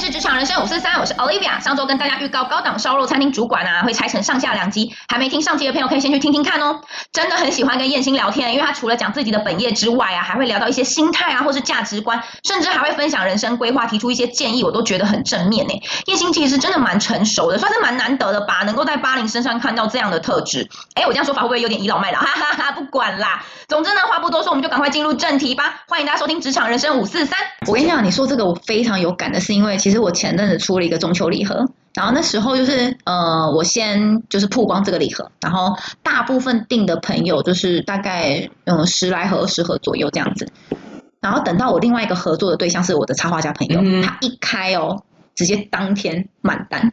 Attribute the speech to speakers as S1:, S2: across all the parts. S1: 董事三，我是 Olivia。上周跟大家预告高档烧肉餐厅主管啊，会拆成上下两集，还没听上集的朋友可以先去听听看哦。真的很喜欢跟燕心聊天，因为她除了讲自己的本业之外啊，还会聊到一些心态啊，或是价值观，甚至还会分享人生规划，提出一些建议，我都觉得很正面呢、燕心其实真的蛮成熟的，算是蛮难得的吧，能够在巴林身上看到这样的特质。哎，我这样说法会不会有点倚老卖老？ 哈哈哈，不管啦。总之呢，话不多说，我们就赶快进入正题吧。欢迎大家收听《职场人生五四三》。
S2: 我跟你讲，你说这个我非常有感的是，因为其实我前阵子出了一个中秋礼盒，然后那时候就是呃，我先就是曝光这个礼盒，然后大部分订的朋友就是大概嗯十来盒、二十盒左右这样子。然后等到我另外一个合作的对象是我的插画家朋友，
S3: 嗯
S2: 他一开哦，直接当天满单，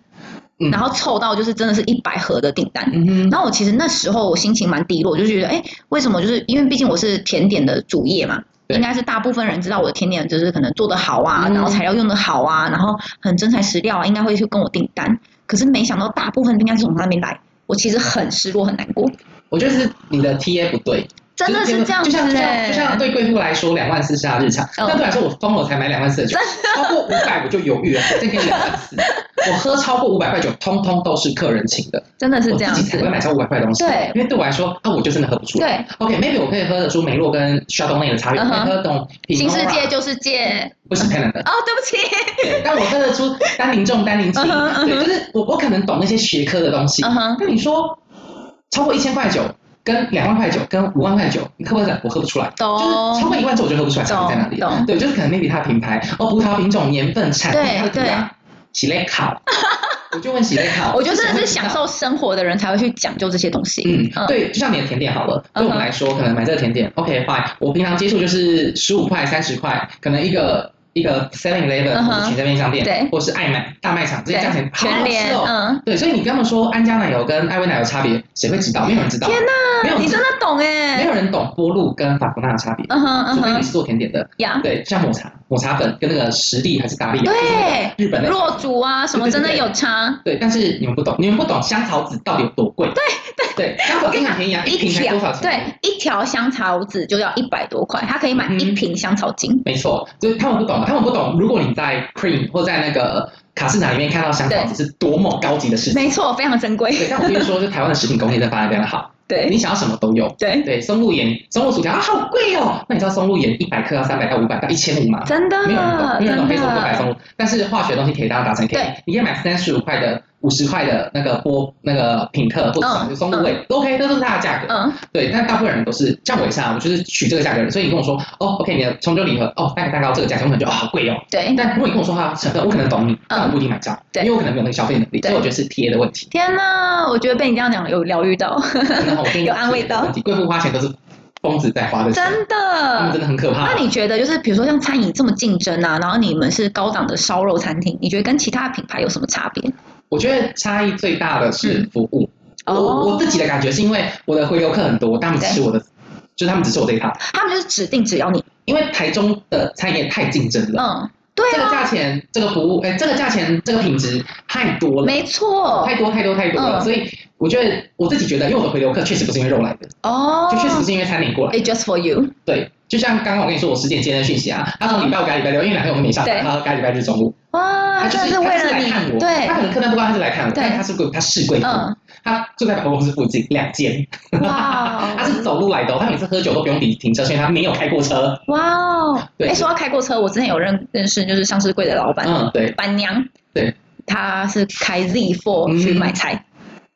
S3: 嗯
S2: 然后凑到就是真的是一百盒的订单。
S3: 嗯哼，
S2: 然后我其实那时候我心情蛮低落，我就觉得，哎，为什么？就是因为毕竟我是甜点的主业嘛，
S3: 对
S2: 应该是大部分人知道我的甜点就是可能做得好啊，
S3: 嗯
S2: 然后材料用得好啊，然后很真材实料啊，应该会去跟我订单。可是没想到大部分订单是从他那边来，我其实很失落，很难过，
S3: 我觉得是你的 TA 不对，
S2: 真的是这样
S3: 就
S2: 子
S3: 像就像
S2: 哎、
S3: 就像对贵妇来说，两万四是她的日常，
S2: 嗯
S3: 但对我来说，我疯了才买两万四的酒， 超过五百我就犹豫了，这天两万四，我喝超过五百块酒，通通都是客人请的，
S2: 真的是
S3: 我
S2: 这样
S3: 自己才不
S2: 子
S3: 会，买超五百块的东西，
S2: 对
S3: 因为对我来说，啊那我就真的喝不出来。
S2: 对，
S3: OK，maybe、我可以喝得出梅洛跟夏东内的差别，
S2: 嗯
S3: 我
S2: 哼
S3: 可以喝懂品啊
S2: 新世界
S3: Nora，
S2: 就是界
S3: 不是 p e n 的，
S2: 哦，对不起，
S3: 对但我喝得出单宁重、单宁轻
S2: 嗯哼嗯，哼
S3: 对，就是我我可能懂那些学科的东西。
S2: 嗯哼，
S3: 啊那你说超过一千块酒、跟两万块酒、跟五万块酒，你喝不出来？我喝不出来，就是超
S2: 懂
S3: 过一万酒我就喝不出来差别在哪
S2: 懂
S3: 里。
S2: 哦懂，
S3: 对，就是可能 maybe 它的品牌哦，葡萄品种、年份、产地、
S2: 对
S3: 它的土壤，喜来 考，我就问喜来考，
S2: 我觉得真的是
S3: 谁会
S2: 享
S3: 知道。
S2: 受生活的人才会去讲究这些东西，
S3: 嗯
S2: 嗯，
S3: 对，就像你的甜点好了，对我们
S2: 嗯哼
S3: 来说，可能买这个甜点，OK fine，我平常接触就是十五块、三十块，可能一个一个 Seven Eleven
S2: 嗯哼
S3: 或者全家便利商店，
S2: 对
S3: 或是爱买大卖场这些价钱
S2: 对，，
S3: 好
S2: 全
S3: 好吃
S2: 联，
S3: 哦。
S2: 嗯。
S3: 对，所以你跟他们说安佳奶油跟艾薇奶油差别，谁会知道？没有人知道，
S2: 天
S3: 没有
S2: 哪，
S3: 人
S2: 你真的懂哎、
S3: 没有人懂波露跟法芙娜的差别，
S2: 嗯哼啊嗯
S3: 除非你
S2: 哼
S3: 是做甜点的。
S2: 呀，
S3: 对，像抹茶，抹茶粉跟那个实力还是咖喱，就是那
S2: 对，
S3: 个日本的。
S2: 弱主啊什么真的有差，
S3: 对，但是你们不懂，你们不懂香草籽到底有多贵。对对对，香草籽很便宜啊，一瓶才
S2: 条
S3: 多少钱？
S2: 对一条香草籽就要一百多块，他可以买
S3: 嗯
S2: 一瓶香草精，
S3: 没错，就是他们不懂，啊他们不懂。如果你在 Cream 或在那个卡士达里面看到香草籽是多么高级的事情，
S2: 没错，非常珍
S3: 对。
S2: 贵，
S3: 但我必须说，就台湾的食品工业真的发展非常好，你
S2: 对
S3: 想要什么都有。
S2: 对，
S3: 对，松露盐、松露薯条啊，好贵哦。那你知道松露盐一百克要三百到五百到一千五吗？
S2: 真的
S3: 没有人懂，没有人懂
S2: 啊真
S3: 黑松露、白
S2: 的，
S3: 松露，但是化学的东西可以当达成可以
S2: 对，
S3: 你可以买三十五块的、五十块的那个波那个品客或者什么
S2: 嗯
S3: 松露味、都 OK，这都是它的价格。
S2: 嗯，
S3: 对，但大部分人都是像我也是啊，我就是取这个价格的，所以你跟我说哦，OK，你的冲酒礼盒哦，那个蛋糕这个价钱，我可能就哦好贵哦。
S2: 对，
S3: 但如果你跟我说它的成分，我可能懂你，但我不一定买账，
S2: 嗯对
S3: 因为我可能没有那个消费能力，
S2: 对，
S3: 所以我觉得是贴的问题
S2: 天哪，我觉得被你这样讲有疗愈到，
S3: 可能我跟你
S2: 有安慰到
S3: 问题，贵妇花钱都是疯子在花的 钱，
S2: 真
S3: 他们
S2: 的
S3: 真。的很可怕。
S2: 那你觉得就是比如说像餐饮这么竞争啊，然后你们是高档的烧肉餐厅，你觉得跟其他品牌有什么差别？
S3: 我觉得差异最大的是服务。
S2: 嗯
S3: 我我自己的感觉是因为我的回流客很多，但他们
S2: 对
S3: 只吃我的，就是他们只吃我这一套，
S2: 他们就是指定只要你，
S3: 因为台中的餐饮业太竞争了。
S2: 嗯，对
S3: 这个
S2: 啊，
S3: 价钱，这个服务，哎，这个价钱，这个品质太多了，
S2: 没错，
S3: 太多太多太多了。
S2: 嗯
S3: 所以我觉得我自己觉得，因为我的回流客确实不是因为肉来的，
S2: 哦，
S3: 就确实不是因为餐饮过来。
S2: It's just for you，
S3: 对，就像刚刚我跟你说，我十点接的讯息啊，他从礼拜五改礼拜六，因为两天我们没上班，
S2: 对
S3: 他改礼拜日中午，
S2: 哇，
S3: 他
S2: 他
S3: 就
S2: 真的
S3: 是
S2: 是
S3: 他
S2: 为
S3: 就是
S2: 了
S3: 来看
S2: 你，
S3: 我，他
S2: 对，
S3: 可能客单不高，他是来看我，
S2: 对
S3: 但他是贵，他是贵妇，
S2: 嗯，
S3: 他住在百货公司附近两间，
S2: 哇哦，
S3: 他是走路来的、哦，他每次喝酒都不用停停车，所以他没有开过车。
S2: 哇哦，
S3: 对
S2: 哎，说到开过车，我之前有认认识就是上市柜的老板
S3: 嗯，对，
S2: 板娘，
S3: 对，
S2: 她是开 Z4
S3: 嗯
S2: 去买菜，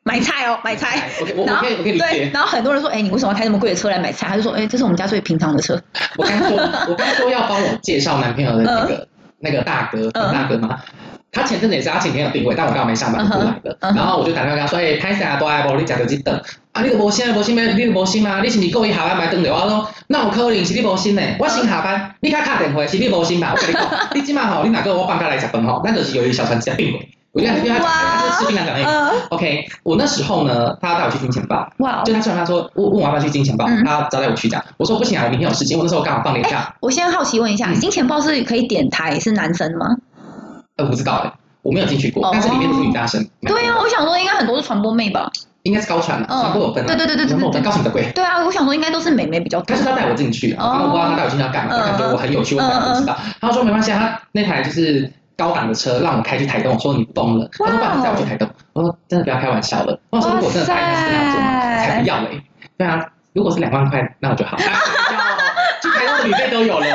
S2: 买菜哦，买菜。
S3: 我可以我我
S2: 然后
S3: 可以我可以理
S2: 对，
S3: 解。
S2: 然后很多人说，哎，你为什么要开这么贵的车来买菜？他就说，哎，这是我们家最平常的车。
S3: 我刚说，我刚说要帮我介绍男朋友的那个、那个大哥，
S2: 嗯
S3: 大哥吗？他前阵子也是，他前天有定位，但我刚好没上班
S2: 嗯
S3: 就
S2: 哼
S3: 过来了。
S2: 嗯哼
S3: 然后我就打电话跟他说：“哎、拍啥都爱无，你讲就去等啊，你都无心啊，无心咩？你都无心啊？你是你故意下班买灯的？”我说：“那有可能是你无心呢，我先下班，你卡打电话是你无心吧？我跟你讲，你今晚吼，你哪个我放假来食饭吼，那就是由于小船只病鬼。我就跟他讲，他就是吃槟榔长的。
S2: 嗯，
S3: OK，我那时候呢，他带我去金钱豹，
S2: 哇哦
S3: 就，他突然他说问问我要不要去金钱豹，
S2: 嗯
S3: 他招待我去这样，我说不行啊，我明天有事情，我那时候刚好放了一假，
S2: 我现在好奇问一下，
S3: 嗯
S2: 金钱豹是可以点台是男生吗？
S3: 呃，我不知道哎，我没有进去
S2: 嗯
S3: 过
S2: 哦，
S3: 但是里面都是女大生，
S2: 对啊，我想说应该很多是传播妹吧？
S3: 应该是高传了，
S2: 嗯
S3: 传播有分啊，
S2: 对对对对对
S3: 传播有分
S2: 对
S3: 高传比较贵。
S2: 对啊，我想说应该都是美眉比较多
S3: 但。是他带我进去，然后我不知道他带我进去要干嘛，
S2: 哦嗯
S3: 他感觉我很有趣，我可能不知道。他说没关系啊，他那台就是高档的车让我开去台东，我说你疯了，他说爸你载我去台东，我说真的不要开玩笑了，我说如果真的答应是这样做吗，才不要嘞，对啊，如果是两万块，那我就 好，哎不要哦去台东的旅费都有了，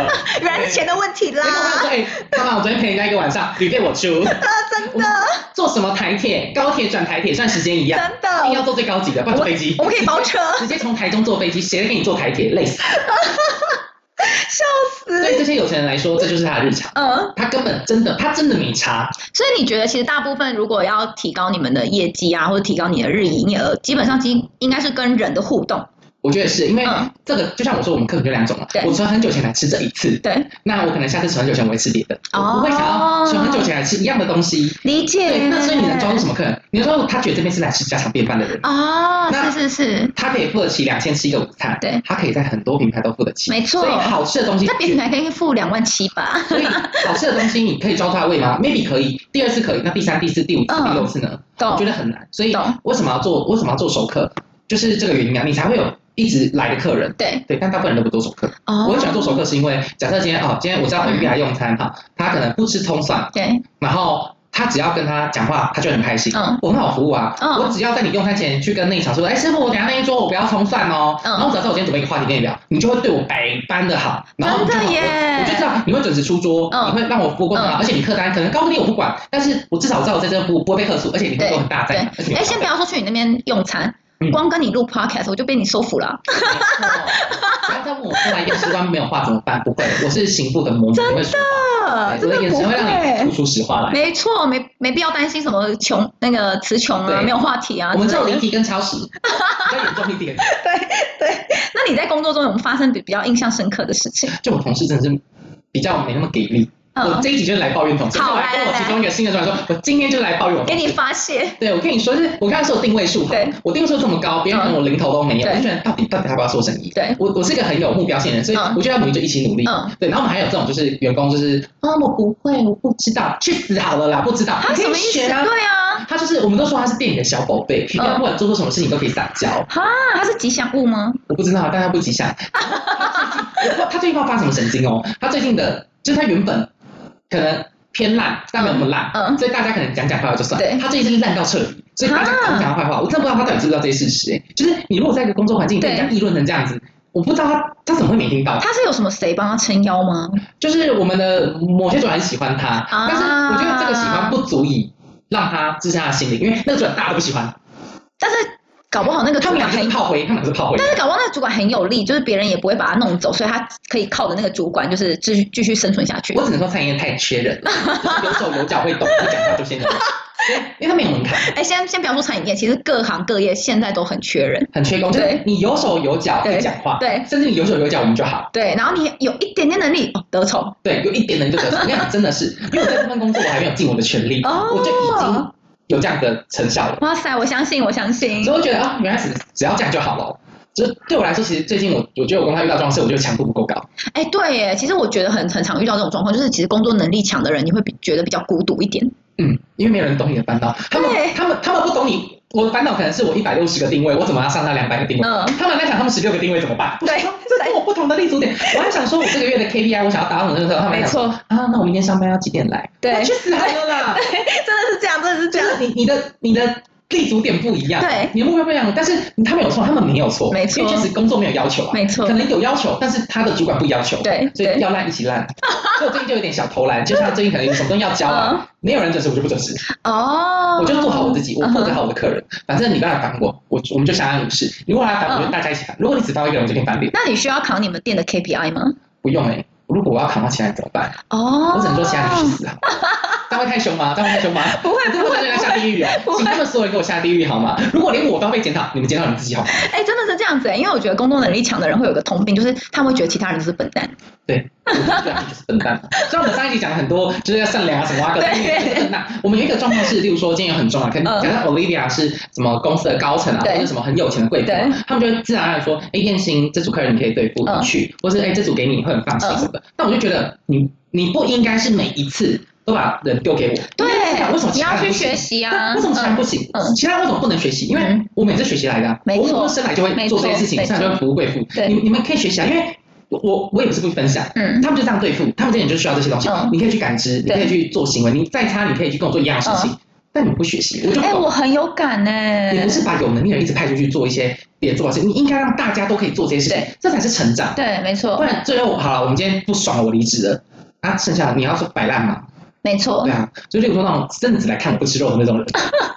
S2: 原来是钱的问题啦
S3: 结，果他说哎爸爸我昨天陪人家一个晚上，旅费 我出，
S2: 真的
S3: 坐什么台铁、高铁转台铁，算时间一样，
S2: 真
S3: 一定要
S2: 的，
S3: 坐最高级的，不然坐飞机
S2: 我，们可以包车，
S3: 直接从台中坐飞机，谁给你坐台铁，累死。
S2: 笑
S3: 对
S2: 死。
S3: 这些有钱人来说，这就是他的日常。
S2: 嗯，
S3: 他根本真的，他真的没差，
S2: 所以你觉得其实大部分如果要提高你们的业绩啊，或者提高你的日营业额，基本上应应该是跟人的互动，
S3: 我觉得是因为
S2: 嗯
S3: 这个，就像我说，我们课本就两种了
S2: 对。
S3: 我存很久钱来吃这一次，
S2: 对，
S3: 那我可能下次存很久钱我会吃别的，
S2: 哦
S3: 我不会想要存很久钱来吃一样的东西。
S2: 理解。
S3: 对，那所以你能抓住什么客人？你能抓住他觉得这边是来吃家常便饭的人，
S2: 哦，
S3: 那
S2: 是是是，
S3: 他可以付得起两千吃一个午餐，
S2: 对
S3: 他可以在很多品牌都付得起。
S2: 没错
S3: 所以好吃的东西
S2: 那，别人还可以付两万七吧？
S3: 所以好吃的东西你可以抓住他的胃吗？maybe 可以，第二次可以，那第三、第四、第五次、
S2: 嗯
S3: 第六次呢？我觉
S2: 懂
S3: 得很难。所以
S2: 懂
S3: 为什么要做？为什么要做熟客？就是这个原因啊，你才会有一直来的客人。
S2: 对
S3: 对，但大部分人都不做熟客。
S2: 哦，
S3: 我很喜欢做熟客，是因为假设今天哦，今天我知道我约来用餐哈，他可能不吃葱蒜，
S2: 对，
S3: 然后他只要跟他讲话，他就很开心。
S2: 嗯
S3: 我很好服务啊，
S2: 嗯
S3: 我只要在你用餐前去跟那一场说，哎，师傅，我等一下那一桌我不要葱蒜哦，
S2: 嗯
S3: 然后只要在我今天准备一个话题跟你聊，你就会对我百般的好，然后你就
S2: 真
S3: 好
S2: 的耶
S3: 我我就知道你会准时出桌，
S2: 嗯
S3: 你会让我服务更好，
S2: 嗯
S3: 而且你客单可能高低我不管，但是我至少知道我在这不不会被客诉，而且你会做很大
S2: 对
S3: 赞，而且你
S2: 哎，先不要说去你那边用餐
S3: 嗯，
S2: 光跟你录 podcast 我就被你收服了，
S3: 没错不要再问我突然验尸官没有话怎么办？不会，我是行不的魔女，真
S2: 啊真
S3: 我
S2: 的
S3: 的眼
S2: 不
S3: 神会让你
S2: 会。
S3: 吐出实话来。
S2: 没错，没没必要担心什么穷那个词穷啊，
S3: 对
S2: 没有话题啊。
S3: 我们只有
S2: 之类
S3: 离
S2: 的
S3: 题跟超时，比较严重一点。
S2: 那你在工作中有没有发生比比较印象深刻的事情？
S3: 就我同事真的是比较没那么给力。我
S2: 嗯，
S3: 哦这一集就是来抱怨同事，
S2: 好
S3: 我来跟
S2: 来
S3: 我
S2: 来
S3: 其中一个新的主管说，我今天就是来抱怨我
S2: 嗯给
S3: 同事。
S2: 你发泄，
S3: 对，我跟你说，就是我刚才说的定位数哈
S2: 对，
S3: 我定位数这么高，别人可能我零头都没有，
S2: 嗯
S3: 我就觉得到底到底要不要做生意？
S2: 对，
S3: 我我是一个很有目标性的人，所以
S2: 嗯
S3: 我觉得要努力就一起努力。
S2: 嗯，
S3: 对，然后我们还有这种就是员工就是啊我不会，我不知道，去死好了啦，不知道，
S2: 他
S3: 你
S2: 什
S3: 可以
S2: 么意思？
S3: 学啊。
S2: 对啊，
S3: 他就是我们都说他是店里的小宝贝，
S2: 嗯
S3: 要不管做错什么事情都可以撒娇。
S2: 哈，他是吉祥物吗？
S3: 我不知道，但他不吉 祥。他最近他最近不知道发什么神经哦？他最近的就是他原本可能偏烂，但没有那么烂，
S2: 嗯
S3: 所以大家可能讲讲坏话就算。
S2: 对
S3: 他最近就是烂到彻底，所以大家
S2: 啊
S3: 狂讲他坏话。我真的不知道他到底知不知道这些事实。哎，就是你如果在一个工作环境被人家
S2: 对
S3: 议论成这样子，我不知道他他怎么会没听到。
S2: 他是有什么谁帮他撑腰吗？
S3: 就是我们的某些主管很喜欢他，
S2: 啊
S3: 但是我觉得这个喜欢不足以让他置身他的心里，因为那个主管大家都不喜欢，
S2: 但是搞不好那个
S3: 他
S2: 主
S3: 们
S2: 管
S3: 两个
S2: 很
S3: 是炮灰，他们两个是炮灰。
S2: 但是搞不好那个主管很有力，就是别人也不会把他弄走，所以他可以靠着那个主管，就是继续继续生存下去。
S3: 我只能说餐饮业太缺人 了，就是有手有脚会懂，会讲话就先有人，因为他没有门槛，
S2: 哎，先先不要说餐饮业，其实各行各业现在都很缺人。
S3: 很缺工，就是
S2: 对
S3: 你有手有脚会讲话，
S2: 对
S3: 甚至你有手有脚我们就好，
S2: 对，然后你有一点点能力，哦，得宠
S3: 对，有一点能力就得手。我跟你讲，真的是，因为我在这份工作我还没有尽我的全力，
S2: 哦
S3: 我就已经有这样的成效了，
S2: 哇塞，我相信，我相信
S3: 所以。我觉得啊，原来只只要这样就好了。就是对我来说，其实最近我我觉得我跟他遇到状况是，我觉得强度不够高。
S2: 哎，对耶，其实我觉得很很常遇到这种状况，就是其实工作能力强的人，你会比觉得比较孤独一点。
S3: 嗯，因为没有人懂你的烦恼，他们
S2: 对
S3: 他们他们不懂你，我的烦恼可能是我一百六十个定位，我怎么要上到两百个定位？
S2: 嗯
S3: 他们在想他们十六个定位怎么办？
S2: 对
S3: 这跟我不同的立足点。我还想说，我这个月的 KPI 我想要达到什么程度？他们还想说
S2: 错，
S3: 啊，那我明天上班要几点来？
S2: 对
S3: 我去死好了啦！
S2: 真的是这样，真的是这
S3: 就
S2: 样。
S3: 是你你的你的立足点不一样，
S2: 对
S3: 你的目标不一样，但是他们有错，他们没有错，
S2: 没错
S3: 因为确实工作没有要求啊，
S2: 没错
S3: 可能有要求，但是他的主管不要求，
S2: 对
S3: 所以
S2: 对
S3: 要烂一起烂。所以我最近就有点小偷懒，就像最近可能有什么东西要交
S2: 嗯
S3: 啊，没有人准时我就不准时，
S2: 哦，
S3: 我就做好我自己，我负责好我的客人。反正你不要来烦我，我我们就相安无事。如果来烦
S2: 嗯
S3: 我，就大家一起烦；如果你只烦我一个人，我就给你翻脸。
S2: 那你需要扛你们店的 KPI 吗？
S3: 不用哎、如果我要扛到其他人怎么办？
S2: 哦，
S3: 我只能说其他人去 死好。这样啊会太凶吗？这样会太凶吗？
S2: 不会
S3: 这
S2: 不
S3: 样 会
S2: 会
S3: 让人
S2: 不
S3: 家下
S2: 会。
S3: 地狱哦！
S2: 不会
S3: 请他们所有人给我下地狱好吗？如果连我都要被检讨，你们检讨你们 自己好吗？
S2: 哎、真的是这样子、欸，因为我觉得工作能力强的人会有个通病，就是他们会觉得其他人都是笨蛋。
S3: 对，我就是这样就是笨蛋嘛。虽然我们上一集讲了很多，就是要善良啊什么啊，可是
S2: 对
S3: 就是笨蛋。我们有一个状况是，例如说今天有很重啊要，可能
S2: 嗯
S3: 假设 Olivia 是什么公司的高层啊，或
S2: 对
S3: 者什么很有钱的贵妇啊，
S2: 对
S3: 他们就会自然而然说，哎，燕心这组客人你可以对付
S2: 嗯
S3: 你去，或是哎这组给你你会很放心什么的。但我就觉得你你不应该是每一次都把人丢给我，你应该啊想为什么
S2: 你
S3: 其他
S2: 要去
S3: 人不行
S2: 学习啊。
S3: 那为什么其他人不行？
S2: 嗯
S3: 其他人为什么不能学习？因为
S2: 嗯
S3: 我每次学习来的啊、
S2: 没
S3: 我
S2: 错
S3: 我生来就会做这些事情，
S2: 没错
S3: 生来就会服务贵妇。
S2: 对
S3: 你你们可以学习啊，因为我我我也不是不分享，
S2: 嗯
S3: 他们就这样对付，他们这点就需要这些东西，
S2: 嗯
S3: 你可以去感知，你
S1: 对
S3: 可以去做行为，你再差你可以去跟我做一样的事情，但你不学习，我就
S2: 嗯
S3: 不
S2: 哎、
S3: 懂。
S2: 我嗯很有感呢、
S3: 你不是把有能力的人一直派出去做一些别人做的事，你应该让大家都可以做这些事情
S2: 对，
S3: 这才是成长。
S2: 对，没
S3: 不
S2: 错，
S3: 然最后好了，我们今天不爽了，我离职了。啊，剩下的你要说摆烂嘛？
S2: 没错
S3: 对，啊，所以例如说那种真的只来看我不吃肉的那种 人，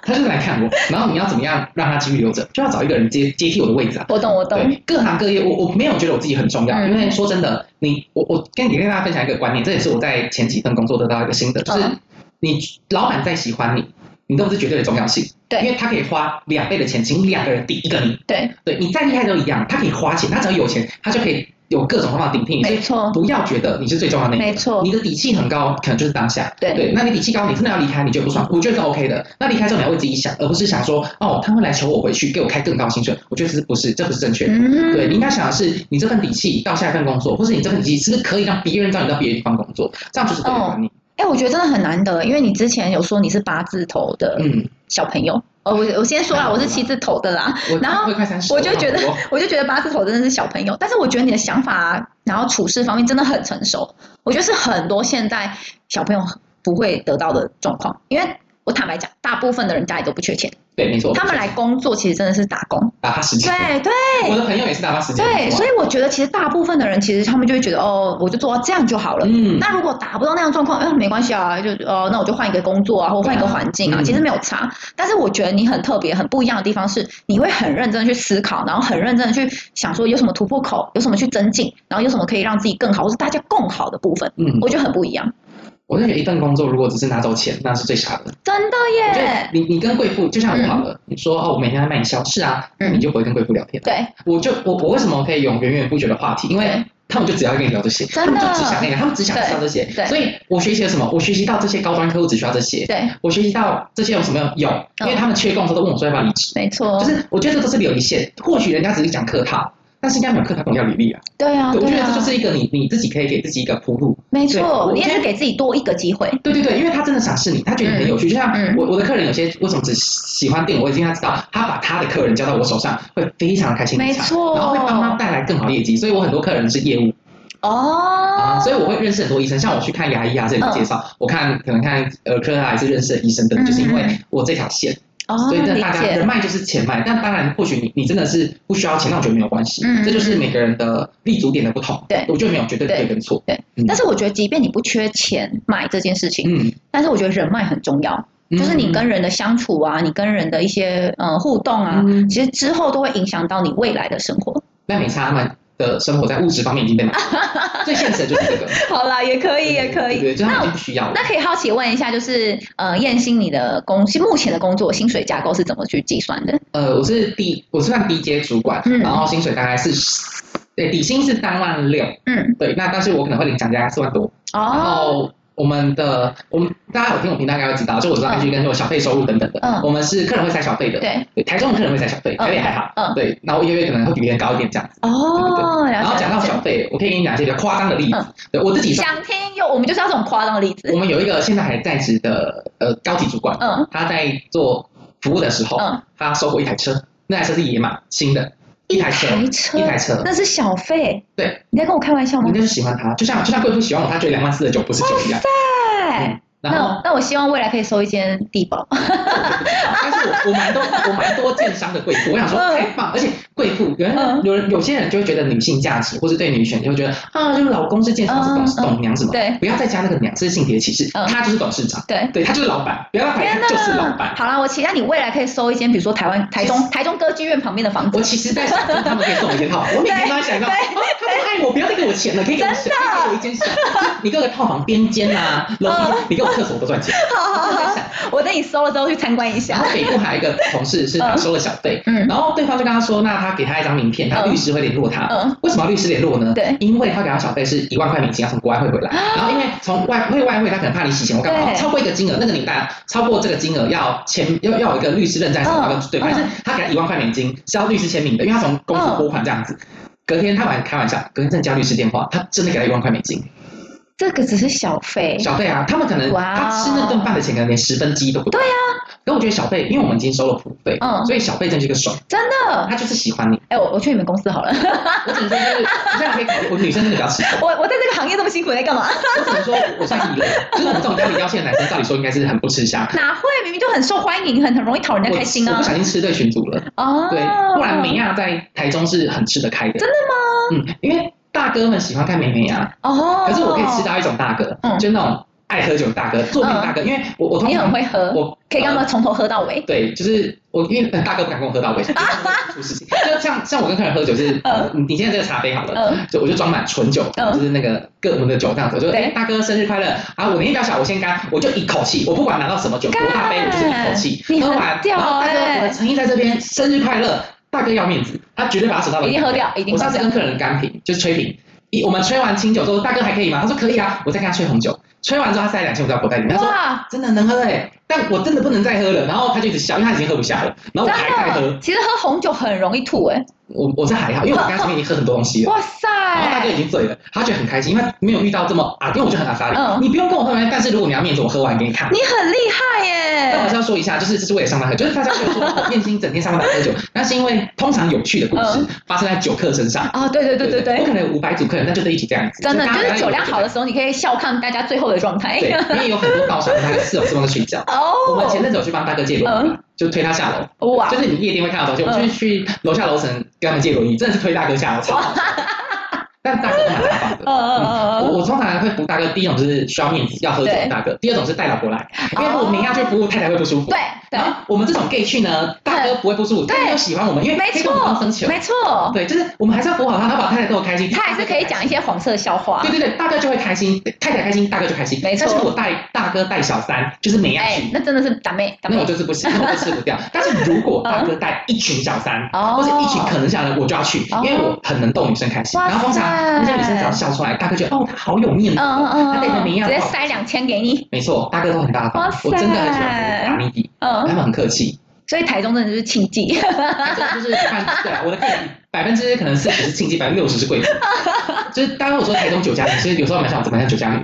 S3: 他就是来看我。然后你要怎么样让他继续留着？就要找一个人接接替我的位置啊。
S2: 我懂，我懂。
S3: 对，各行各业，我我没有觉得我自己很重要，
S2: 嗯
S3: 因为说真的，你我我跟你跟大家分享一个观念，这也是我在前几份工作得到一个心得，就是
S2: 嗯
S3: 你老板再喜欢你，你都不是绝对的重要性，
S2: 对
S3: 因为他可以花两倍的钱请两个人顶一个你，
S2: 对，
S3: 对你再厉害都一样，他可以花钱，他只要有钱，他就可以有各种方法顶替你，所
S2: 没
S3: 以
S2: 错，
S3: 不要觉得你是最重要的那一个。
S2: 没错
S3: 你，的底气很高，可能就是当下。
S2: 哦对
S3: 对，那你底气高，你真的要离开，你就不爽，我觉得是 OK 的。那离开之后，你要为自己想，而不是想说，哦，他会来求我回去，给我开更高的薪水。我觉得这不是，这不是正确的。
S2: 嗯，
S3: 对，你应该想的是，你这份底气到下一份工作，或是你这份底气是不是可以让别人找你到别的地方工作，这样就是对的你。
S2: 哎、我觉得真的很难得，因为你之前有说你是八字头的
S3: 嗯，
S2: 小朋友，哦，我我先说了，
S3: 嗯
S2: 我是七字头的啦，
S3: 我
S2: 然后
S3: 会快三十，
S2: 我就觉得
S3: 我
S2: 我就觉得八字头真的是小朋友，但是我觉得你的想法、啊，然后处事方面真的很成熟，我觉得是很多现在小朋友不会得到的状况，因为我坦白讲，大部分的人家里都不缺钱，
S3: 对，没错，
S2: 他们来工作其实真的是打工，
S3: 打发时间。
S2: 对对
S3: 我的朋友也是打发时间。
S2: 对，所
S3: 以
S2: 以我觉得其实大部分的人其实他们就会觉得哦，我就做到这样就好了，
S3: 嗯，
S2: 那如果达不到那样的状况，嗯、没关系啊，就呃，那我就换一个工作啊，或换一个环境啊，
S3: 嗯
S2: 其实没有差。但是我觉得你很特别、很不一样的地方是，你会很认真地去思考，然后很认真的去想说有什么突破口，有什么去增进，然后有什么可以让自己更好，或是大家更好的部分，
S3: 嗯，
S2: 我觉得很不一样，
S3: 我就觉得一份工作如果只是拿走钱，那是最傻的。
S2: 真的
S3: 我觉得
S2: 耶。
S3: 你你跟贵妇
S2: 嗯
S3: 就像我好了，你说哦，我每天在卖你笑，是啊，那你就不会跟贵妇聊天。
S2: 对，
S3: 我就我我为什么可以有源源不绝的话题？因为
S2: 对
S3: 他们就只要跟你聊这些，
S2: 真
S3: 他
S2: 的
S3: 们就只想那个，他们只想知道这些
S2: 对对。
S3: 所以我学习了什么？我学习到这些高端客户只需要这些，
S2: 对，
S3: 我学习到这些有什么有？因为
S2: 哦
S3: 他们缺工的时候都问我说要不要离职，
S2: 没错，
S3: 就是我觉得这都是留一线。或许人家只是讲客套，但是应该没有客套跟我要履历啊。
S2: 对啊，
S3: 对我觉
S2: 对
S3: 得
S2: 啊，
S3: 这就是一个你你自己可以给自己一个铺路。
S2: 没
S3: 对我
S2: 错，你也是给自己多一个机会，
S3: 对对对，因为他真的赏识你，他觉得你很有趣。就像
S2: 嗯
S3: 我我的客人有些为什么只喜欢订我，已经他知道他把他的客人交到我手上会非常开心，
S2: 没错
S3: 然后会帮他带来更好的业绩。所以我很多客人是业务啊，
S2: 哦，嗯
S3: 所以我会认识很多医生，像我去看牙医啊，这里介绍，我看可能看儿科啊，还是认识的医生等，就是因为我这条线，
S2: 哦，
S3: 所以这
S2: 理
S3: 大家人
S2: 解，
S3: 脉就是钱脉。但当然，或许你你真的是不需要钱，那我觉得没有关系，
S2: 嗯
S3: 这就是每个人的立足点的不同。
S2: 对
S3: 我觉得没有绝对对跟错。
S2: 对
S3: 嗯，
S2: 但是我觉得即便你不缺钱买这件事情，
S3: 嗯，
S2: 但是我觉得人脉很重要，就是你跟人的相处啊，你跟人的一些呃互动啊，
S3: 嗯
S2: 其实之后都会影响到你未来的生活。
S3: 那美差他们的生活在物质方面已经被满足了，最现实的就是这个。
S2: 好啦，也可以，也可
S3: 对
S2: 以。
S3: 对，就他
S2: 那
S3: 们已经
S2: 我
S3: 不需要了
S2: 那。可以好奇问一下，就是呃，燕兴你的工目前的工作薪水架构是怎么去计算的？
S3: 呃，我是第我是算低阶主管，
S2: 嗯
S3: 然后薪水大概是，对，底薪是三万六，
S2: 嗯，
S3: 对，那但是我可能会领奖加四万多，然
S2: 哦，
S3: 后。我们的我们大家有听我频道应该会知道，就我知道
S2: 嗯
S3: H 跟说小费收入等等的，
S2: 嗯
S3: 我们是客人会塞小费的，
S2: 对，
S3: 对，台中的客人会塞小费，
S2: 嗯
S3: 台北还好，
S2: 嗯
S3: 对，然后一个月可能会比别人高一点这样子。
S2: 哦，了
S3: 然后
S2: 解
S3: 讲到
S2: 了
S3: 小
S2: 解。
S3: 费，我可以给你讲一些比较夸张的例子
S2: 嗯，
S3: 对我自己算，
S2: 想听有，我们就是要这种夸张的例子
S3: 我。们有一个现在还在职的呃高级主管，
S2: 嗯
S3: 他在做服务的时候，
S2: 嗯，
S3: 他收过一台车，那台车是野马新的，一台车，
S2: 台车
S3: 一，台车。
S2: 那是小费。
S3: 对，嗯
S2: 你在跟我开玩笑
S3: 你
S2: 吗
S3: 应？该是喜欢他，就像就像贵妇喜欢我，他觉得两万四的酒不是酒一样。
S2: 对。
S3: 嗯然
S2: 那
S3: 后
S2: 我，那我希望未来可以收一间地堡。
S3: 但是我我蛮多我蛮多建商的贵妇，我想说
S2: 嗯
S3: 太棒，而且贵妇有
S2: 嗯
S3: 人有人有些人就会觉得女性价值，或是对女权就会觉得啊，就是老公是建商是董
S2: 嗯
S3: 事
S2: 嗯
S3: 董娘什么，
S2: 对
S3: 不要再加那个娘，这是性别歧视，
S2: 嗯
S3: 他就是董事长，
S2: 对，
S3: 对他就是老板，不要让
S2: 天呐！
S3: 他就是老板。
S2: 好啦，我期待你未来可以收一间，比如说台湾台中台中歌剧院旁边的 房子
S3: 我。其实在想，就是他们可以送我一间套房，我每天都在想到，
S2: 对
S3: 啊
S2: 对
S3: 他们爱我，不要再给我钱了，可以给我
S2: 真
S3: 钱，
S2: 的
S3: 可以给我一间小，你给我个套房边间啊，楼梯
S2: 嗯，
S3: 你给我厕所我都赚钱。
S2: 好好
S3: 我在
S2: 好
S3: 想，
S2: 我等你收了之后去参观一
S3: 然
S2: 下
S3: 后。北部还有一个同 事是他收了小费，
S2: 嗯
S3: 然后对方就跟他说，那他给他一张名片，他
S2: 嗯
S3: 律师会联络他。
S2: 嗯，
S3: 为什么要律师联络呢？
S2: 对啊
S3: 因为他给他小费是一万块美金，要从国外汇回来。然后因为从外汇外汇，他可能怕你洗钱，我干嘛？
S2: 对
S3: 超过一个金额，那个年代超过这个金额要签，要要有一个律师认证什么
S2: 嗯
S3: 的，对，反正
S2: 嗯
S3: 他给他一万块美金是要律师签名的，因为他从公司拨款这样子。隔天他玩开玩笑，隔天真的叫律师电话，他真的给他一万块美金。
S2: 这个只是小费，
S3: 小费啊，他们可能
S2: 哇哦
S3: 他吃那顿饭的钱可能连十分之一都不到。对呀、啊，可我觉得小费，因为我们已经收了普费，
S2: 嗯
S3: 所以小费真是一个爽，
S2: 真的。
S3: 他就是喜欢你。
S2: 哎、我我去你们公司好了，
S3: 我只能说就是，这样可以考虑，我女生真的比较吃香。
S2: 我我在这个行业这么辛苦，在干嘛？
S3: 我只能说，我算你了，就是我们这种家里要钱的男生，照理说应该是很不吃香。
S2: 哪会？明明就很受欢迎，很很容易讨人家开心
S3: 我我
S2: 啊
S3: 不。小心吃对群主了，
S2: 哦，
S3: 对，不然美亚在台中是很吃得开的。真的吗？嗯，因为大哥们喜欢看美美啊，
S2: 哦，
S3: 可是我可以吃，到一种大哥，
S2: 嗯
S3: 就那种爱喝酒的大哥，作品大哥，因为我我通
S2: 你很
S3: 常
S2: 会喝，
S3: 我呃
S2: 可以跟他们从头喝到尾。
S3: 对，就是我因为、呃大哥不敢跟我喝到尾，出 事情。就像像我跟客人喝酒是，
S2: 嗯
S3: 你你现在这个茶杯好了，
S2: 嗯，
S3: 就我就装满纯酒，
S2: 嗯
S3: 就是那个各我们的酒这样子，我就
S2: 对
S3: 哎大哥生日快乐啊！我年纪比较小，我先干，我就一口气，我不管拿到什么酒，多大杯，我就是一口气
S2: 你
S3: 喝
S2: 很
S3: 完，
S2: 屌
S3: 然后大哥
S2: 欸
S3: 我的诚意在这边，生日快乐，大哥要面子，他绝对把他手上的
S2: 一定喝掉，一定
S3: 我
S2: 喝
S3: 上次
S2: 掉
S3: 跟。客人干瓶，就是吹瓶。一我们吹完清酒之后，大哥还可以吗？他说可以啊。我再跟他吹红酒，吹完之后他塞两千五在我口袋里面，他说
S2: 哇，
S3: 真的能喝哎、但我真的不能再喝了。然后他就一直笑，因为他已经喝不下了。然哦后我还在
S2: 真
S3: 喝
S2: 的，，其实喝红酒很容易吐哎。
S3: 我我是还好，因为我刚才前面已经喝很多东西了。
S2: 哇
S3: 然后大哥已
S2: 塞，
S3: 经醉了，哦他觉得很开心，因为没有遇到这么啊，因为我就很阿萨里，
S2: 嗯
S3: 你不用跟我喝完，但是如果你要面子，我喝完给你看。
S2: 你很厉害
S3: 但我
S2: 耶！
S3: 是要说一下，就是这是为了上班喝，就是大家就说燕青整天上班打喝酒，那是因为通常有趣的故事发生在酒客身上。
S2: 啊，对嗯对对对
S3: 我
S2: 对，
S3: 可能有五百组客人，那就在一起这样子。
S2: 真的
S3: 大
S2: 就
S3: 家
S2: 是酒量好哎的
S3: 大
S2: 时候，你可以笑看大家最后的状态
S3: 家。有对，因为有很多道上大概四楼四楼的睡觉。我们前
S2: 哦，
S3: 阵子有去帮大哥借轮椅
S2: 嗯，
S3: 就推他下楼，
S2: 哇嗯
S3: 就，是你夜店会看到的东西。我们去去楼下楼层跟他们借轮椅，真的是推大哥下楼，超 好笑。但大哥都蛮大方的。
S2: 嗯嗯嗯
S3: 我
S2: 嗯，
S3: 我通常会服大哥，第一种就是需要面子要喝酒的大哥，第二种是带老婆来，因为如果明下去服务太太会不舒服。
S2: 哦对
S3: 然后
S2: 对，
S3: 我们这种 gay 去呢，大哥不会不舒服，
S2: 对
S3: 大哥又喜欢我们，因为
S2: 没
S3: 可以跟我们生气
S2: 错。没错，
S3: 对，就是我们还是要服务好他，他把太太逗开心，
S2: 他还是可以讲一些黄色笑话
S3: 对。对对，大哥就会开心，太太开心，大哥就开心。
S2: 没错
S3: 但是我带大哥带小三，就是没要
S2: 哎
S3: 去，，
S2: 那真的是打妹打
S3: 那我
S2: 妹
S3: 就是不行，那我就吃不 掉。但是如果大哥带一群小三，
S2: 哦，
S3: 或者一群可能小人，我就要去，因为我很能逗女生开心。
S2: 哇塞
S3: 然后通常那些女生只要笑出来，大哥觉得哦，他好有面
S2: 嗯
S3: 子。
S2: 嗯嗯，
S3: 他变成名
S2: 直
S3: 样
S2: 接塞两千给你，
S3: 没错，大哥都很大方
S2: 哇塞，
S3: 我真的很喜欢打你底，他
S2: 嗯，
S3: 们很 客气。
S2: 所以台中真的就是庆忌，
S3: 这就是看对啊，我的客人百分之可能四十是亲戚，百分之六十是 贵妇。就是当然我说台中酒家女，其实有时候蛮想我怎么像酒家女。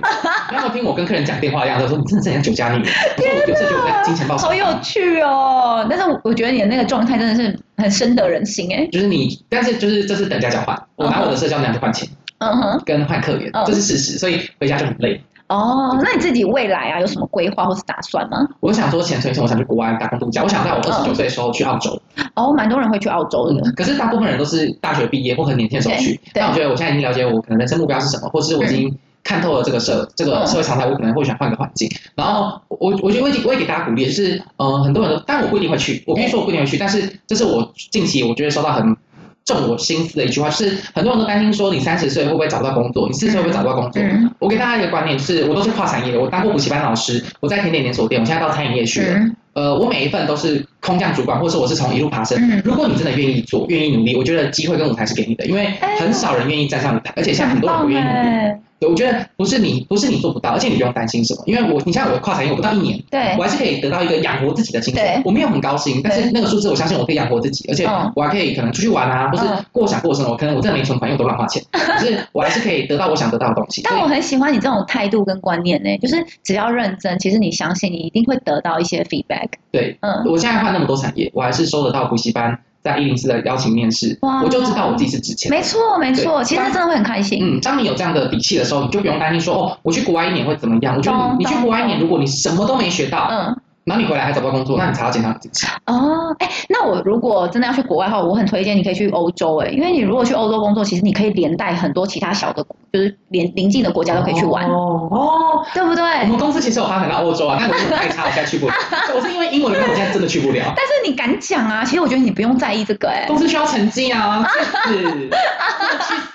S3: 然后听我跟客人讲电话一样，他说你真的是很像酒家女。我说我有时候觉得我在金钱豹上
S2: 好有趣哦。但是我觉得你的那个状态真的是很深得人心哎，
S3: 就是你，但是就是这是等价交换，我拿我的社交能量去换钱，
S2: 嗯哼。
S3: 跟换客源
S2: 嗯，
S3: 这是事实，所以回家就很累。
S2: 哦，那你自己未来啊有什么规划或是打算吗？
S3: 我想说钱存一存，我想去国外打工度假，我想在我二十九岁的时候去澳洲。
S2: 哦，蛮多人会去澳洲的。
S3: 可是大部分人都是大学毕业或很年轻的时候
S2: 嗯
S3: 去，
S2: 对嗯
S3: 但我觉得我现在已经了解我可能人生目标是什么，或是我已经看透了这个社这个社会常态，我可能会想换个环境。然后我我觉得我也我也给大家鼓励，就是呃很多人都，但我不一定会去，我跟你说我不一定会去，但是这是我近期我觉得收到很。中我心思的一句话，就是很多人都担心说你三十岁会不会找不到工作，你四十岁会不会找不到工作？
S2: 嗯
S3: 我给大家一个观念，就是我都是跨产业的，我当过补习班老师，我在甜点连锁店，我现在到餐饮业去了。
S2: 嗯
S3: 呃，我每一份都是空降主管，或者我是从一路爬升。
S2: 嗯
S3: 如果你真的愿意做，愿意努力，我觉得机会跟舞台是给你的，因为
S2: 啊
S3: 很少人愿意站上舞台，而且现在很多人不愿意努力。
S2: 哎，
S3: 对，我觉得不是你，不是你做不到，而且你不用担心什么，因为我，你像我跨产业，我不到一年，
S2: 对
S3: 我，还是可以得到一个养活自己的薪水
S2: 对。
S3: 我没有很高薪，但是那个数字我相信我可以养活自己，而且
S2: 嗯
S3: 我还可以可能出去玩啊，或是
S2: 嗯
S3: 过想过的生活。可能我真的没存款，因为我都乱 花钱，可是我还是可以得到我想得到的东西。
S2: 但
S3: 所以
S2: 我很喜欢你这种态度跟观念呢、就是只要认真，其实你相信你一定会得到一些 feedback。
S3: 对，
S2: 嗯，
S3: 我现在换那么多产业，我还是收得到补习班在一零四的邀请面试，
S2: 哇
S3: 我就知道我自己是值钱的。
S2: 没错没错，
S3: 对
S2: 其实真的会很开心。
S3: 嗯，当你有这样的底气的时候，你就不用担心说哦，我去国外一年会怎么样？我觉得
S2: 懂
S3: 你你去
S2: 懂
S3: 国外一年，如果你什么都没学到，
S2: 嗯，
S3: 然后你回来还找不到工作，那你才要检讨你自己。
S2: 哦，哎、那我如果真的要去国外的话，我很推荐你可以去欧洲、哎，因为你如果去欧洲工作，其实你可以连带很多其他小的，就是连邻近的国家都可以去玩，
S3: 哦哦，
S2: 对不对？
S3: 我们公司其实有发展到欧洲啊，但我英文太差，我现在去不 了。我是因为英文的关系，我现在真的去不了。
S2: 但是你敢讲啊？其实我觉得你不用在意这个、哎，
S3: 公司需要成 绩啊，去死，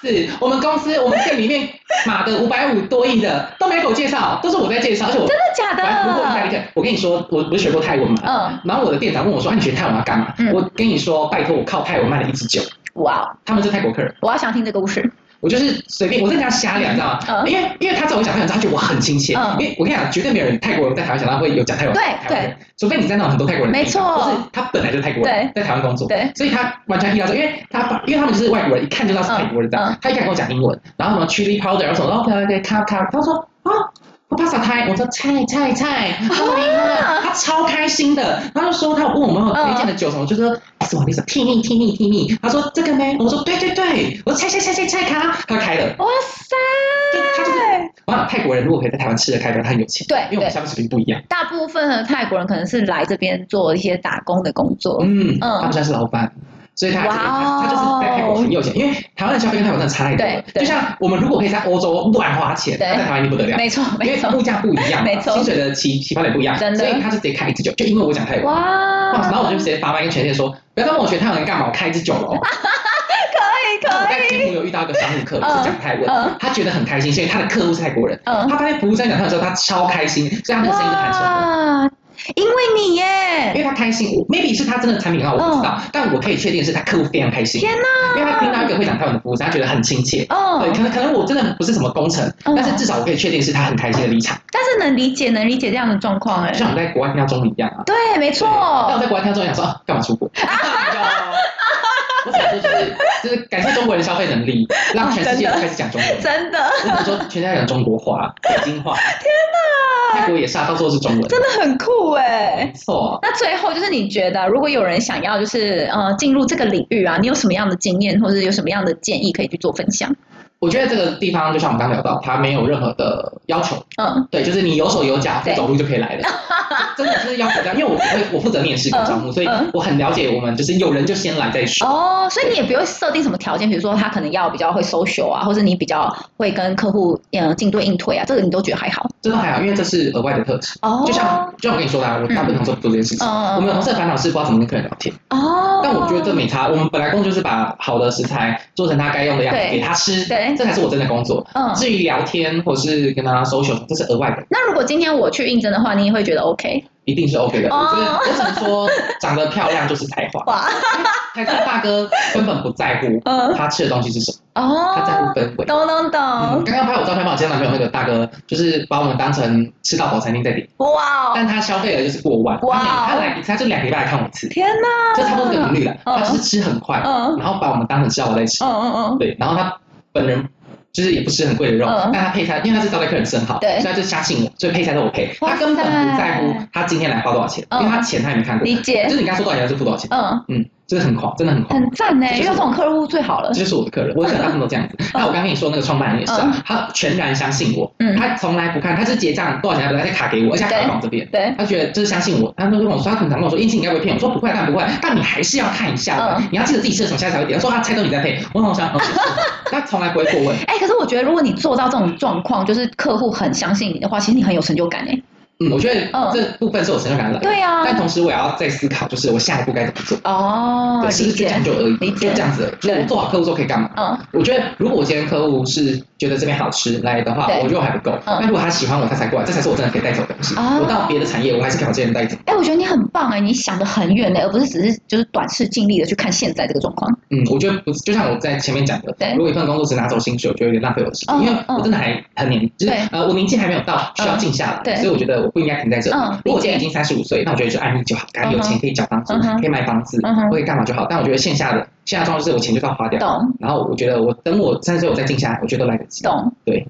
S3: 去死！我们公司我们店里面马的五百五多亿的都没有给我介绍，都是我在介绍，而且我
S2: 真的啊假
S3: 反正如果意大利
S2: 的？
S3: 人，我跟你说，我不是学过泰文嘛，
S2: 嗯，
S3: 然后我的店长问我说：“啊，你学泰文要干嘛？”
S2: 嗯
S3: 我跟你说，拜托，我靠泰文卖了一支酒。
S2: 哇，
S3: 他们是泰国客人，
S2: 我要想听这个故事。
S3: 我就是随便，我在跟他瞎聊，你知道吗？
S2: 嗯
S3: 因为因为他知道我讲泰文，他觉得我很亲切。
S2: 嗯
S3: 因为我跟你讲，绝对没有人泰国人在台湾想到会有讲泰文的
S2: 对
S3: 台湾人，除非你在那种很多泰国人的地方，
S2: 没错
S3: 或是他本来就是泰国人，在台湾工作，
S2: 对，
S3: 所以他完全意料到，因为他因为他们就是外国人，一看就知道是泰国人这
S2: 嗯
S3: 样
S2: 嗯，
S3: 哦他一开始跟我讲英文，然后什么 chili powder，然后什么 OK OK 咔咔，他说啊我把小胎，我说菜菜 菜，好厉害，他超开心的。他就说他有问我们有推荐的酒什么，就说什么你说 t 蜜 m 蜜 t 蜜。他说这个呢，我说对对对，我说菜菜菜菜菜卡，他就开了。
S1: 哇塞！
S3: 就他就是，我想泰国人如果可以在台湾吃的开饭，他很有钱，
S2: 对
S3: 因为我
S2: 对
S3: 们消费水平不一样。
S2: 大部分的泰国人可能是来这边做一些打工的工作，
S3: 嗯，
S2: 嗯
S3: 他不算是老板，所以他
S2: 哇哦
S3: 他他就是在泰国很有钱，因为台湾的消费跟泰国真的差太多了
S2: 对。对
S3: 就像我们如果可以在欧洲乱花钱，
S2: 对
S3: 那在台湾就不得了，
S2: 没错
S3: 因
S2: 没
S3: 为
S2: 错，
S3: 物价不一样嘛，
S2: 没错
S3: 薪水的起起跑点不一样，
S2: 真的
S3: 所以他就直接开一支酒，就因为我讲泰文。
S2: 哇，
S3: 然后我就直接发麦跟全世界说，不要跟我学泰文干嘛，我开一支酒楼。然后我
S2: 可
S3: 在
S2: 以可
S3: 金
S2: 以，
S3: 湖有遇到一个商务客是讲泰文
S2: 嗯嗯，
S3: 他觉得很开心，所以他的客户是泰国人。
S2: 嗯，
S3: 他发现服务生讲泰文的时候，他超开心，所以他那个声音就喊出来了。
S2: 哇，因为你
S3: 因
S2: 耶，
S3: 为他开心我，maybe 是他真的产品很好，我不知道，但我可以确定的是他客户非常开
S2: 嗯
S3: 心。
S2: 天啊
S3: 因为他听到一个会讲泰文的服务生，他觉得很亲切。对，
S2: 哦
S3: 可，能可能我真的不是什么功臣，
S2: 嗯
S3: 但是至少我可以确定是他很开心的离场，
S2: 但是能理解能理解这样的状况哎
S3: 就，像我们在国外听到中文一样啊。
S2: 对，没
S3: 那我
S2: 错，
S3: 在国外听到中文，想说啊干嘛出 国？ 我想说就是就是感谢中国人消费能力，让全世界都开始讲中文。
S2: 真的
S3: 我只能说全家讲中 国话、北京话，
S2: 啊
S3: 泰国也是啊，到处都是中文。
S2: 真的很酷哎
S3: 没。错，
S2: 那最后就是你觉得，如果有人想要就是呃进入这个领域啊，你有什么样的经验，或者有什么样的建议可以去做分享？
S3: 我觉得这个地方就像我们刚聊到，它没有任何的要求，
S2: 嗯，
S3: 对，就是你有手有脚，会
S2: 对
S3: 走路就可以 来了。真的就是要求这样，因为我会我负责面试跟招募，所以
S2: 嗯
S3: 我很了解我们就是有人就先来再说。
S2: 哦，所以你也不用设定什么条件，比如说他可能要比较会 social 啊，或者你比较会跟客户嗯进对应退啊，这个你都觉得还好。
S3: 这都还好，因为这是额外的特质。
S2: 哦，
S3: 就像就像我跟你说的啊，我大部分同事不做这件事情。
S2: 嗯
S3: 我们同事的烦恼是不知道怎么跟客人聊天，
S2: 哦，
S3: 但我觉得这没差。我们本来工作就是把好的食材做成他该用的样子
S2: 对
S3: 给他吃，
S2: 对
S3: 这才是我真的工作。
S2: 嗯，
S3: 至于聊天或是跟他 social，这是额外的，
S2: 那如果今天我去应征的话，你也会觉得 OK
S3: 一定是 OK 的。
S2: 哦
S3: 我只能我只能说，长得漂亮就是才华。
S2: 哇？
S3: 台中大哥根本不在乎
S2: 嗯，
S3: 他吃的东西是什么，他在乎
S2: 哦，
S3: 氛围。
S2: 懂懂
S3: 嗯
S2: 懂，
S3: 刚刚拍我照片帮我介绍男朋友那个大哥，就是把我们当成吃到饱餐厅在点，
S2: 哇哦，
S3: 但他消费额就是过万，
S2: 哇哦
S3: 他每他来一次，他就两个礼拜来看我一次，
S2: 天哪，
S3: 就差不多这个频率了。
S2: 嗯
S3: 他就是吃很快，
S2: 嗯
S3: 然后把我们当成吃到饱在吃
S2: 嗯，嗯嗯，
S3: 对，然后他本人。就是也不吃很贵的肉，
S2: 嗯
S3: 但他配菜，因为他是招待客人很好，
S2: 对
S3: 所以他就相信我，所以配菜都我配，
S2: 哇塞
S3: 他根本不在乎他今天来花多少钱，
S2: 嗯
S3: 因为他钱他也没看过，
S2: 理解
S3: 就是你刚才说多少钱是付多少钱，
S2: 嗯，
S3: 嗯，就是很狂，真的很狂。
S2: 很赞呢，遇到这种客户最好了
S3: 这，就是我的客人，我想他们都这样子。那我刚跟你说那个创办人也是啊，他全然相信我，
S2: 嗯
S3: 他从来不看，他是结账多少钱，他再卡给我，而且他卡到我这边，
S2: 对，
S3: 他觉得就是相信我。他都跟我说，他很常跟我说，燕青你该不会骗我？我说不会，但不会，但你还是要看一下
S2: 嗯，
S3: 你要记得自己吃了什么，下次才会点。他说他菜都你在配，我好像， 嗯是他从来不会过问，
S2: 哎、可是我觉得，如果你做到这种状况，就是客户很相信你的话，其实你很有成就感哎。
S3: 嗯，我觉得
S2: 嗯
S3: 这部分是我成就感的来源。
S2: 对啊，
S3: 但同时我也要再思考，就是我下一步该怎么做。
S2: 哦，
S3: 对，是不
S2: 理
S3: 是就
S2: 解
S3: 讲，究而
S2: 理
S3: 已，
S2: 解
S3: 就这样子而已，就是
S2: 对
S3: 我做好客户之后可以干嘛？
S2: 嗯，
S3: 我觉得，如果我今天客户是觉得这边好吃来的话，
S2: 对
S3: 我觉得我还不够。
S2: 嗯
S3: 那如果他喜欢我，他才过来，这才是我真的可以带走的东西。
S2: 哦
S3: 我到别的产业，我还是可以把这些人带走。
S2: 哎、我觉得你很棒哎，你想的很远哎，而不是只是就是短视尽力的去看现在这个状况。
S3: 嗯，我觉得不，就像我在前面讲的
S2: 对，
S3: 如果一份工作只拿走薪水，我觉得有点浪费我的时间，
S2: 嗯
S3: 因为我真的还很年，就是
S2: 对
S3: 呃，我年纪还没有到需要静下来，
S2: 嗯对
S3: 所以我觉得我不应该停在这里。
S2: 嗯
S3: 如果我今
S2: 理解
S3: 天已经三十五岁，那我觉得就安逸就好，赶快有
S2: 嗯哼
S3: 钱可以缴房租
S2: 嗯哼，
S3: 可以买房子
S2: 嗯哼，
S3: 可以干嘛就好。但我觉得线下的线下状况就是我钱就要花掉，
S2: 懂
S3: 然后我觉得我等我三十岁我再静下来，我觉得都来得及。
S2: 懂。
S3: 对。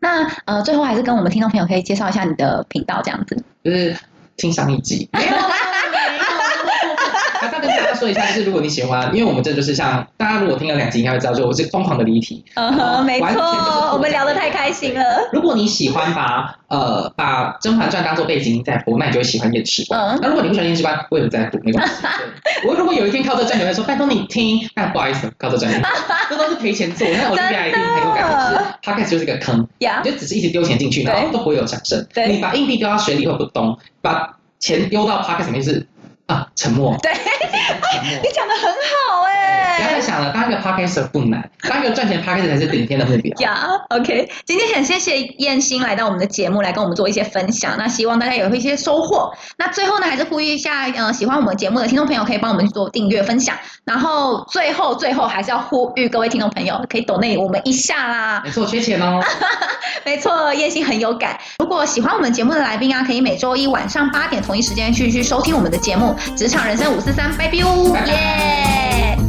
S2: 那呃，最后还是跟我们听众朋友可以介绍一下你的频道这样子。
S3: 就是听上一集。没有啦没有啦那再跟大家说一下，就是如果你喜欢，因为我们这就是像大家如果听了两集，应该会知道，就我是疯狂的离题。
S2: 嗯
S3: 哼没错我们聊得太
S2: 开心了。
S3: 如果你喜欢把呃把《甄嬛传》当做背景音在播，那你就会喜欢验尸官。
S2: 嗯，
S3: 那如果你不喜欢验尸官，我也不在乎，没 关系。对我如果有一天靠这赚钱，我会说拜托你听，但不好意思，靠这赚钱，这都是赔钱做，那我就越来越很有感觉，就是 podcast 就是个坑。
S2: 呀
S3: 你就只是一直丢钱进去，
S2: 对
S3: 然后都不会有响声。
S2: 对
S3: 你把硬币丢到水里会不动，把钱丢到 pocket 里面是啊沉默。
S2: 对
S3: 沉 默。
S2: 讲的很好哎
S3: 不要再想了，当一个 podcaster 不难，当一个赚钱 podcaster 才是顶天的目标。
S2: 呀、o k 今天很谢谢燕心来到我们的节目，来跟我们做一些分享。那希望大家有一些收获。那最后呢，还是呼吁一下，呃，喜欢我们节目的听众朋友可以帮我们做订阅、分享。然后最后最后还是要呼吁各位听众朋友，可以抖内我们一下啦。
S3: 没错，缺钱哦。
S2: 没错，燕心很有感。如果喜欢我们节目的来宾啊，可以每周一晚上八点同一时间去去收听我们的节目《职场人生五四三》，拜拜哦，
S3: 拜拜
S2: 耶。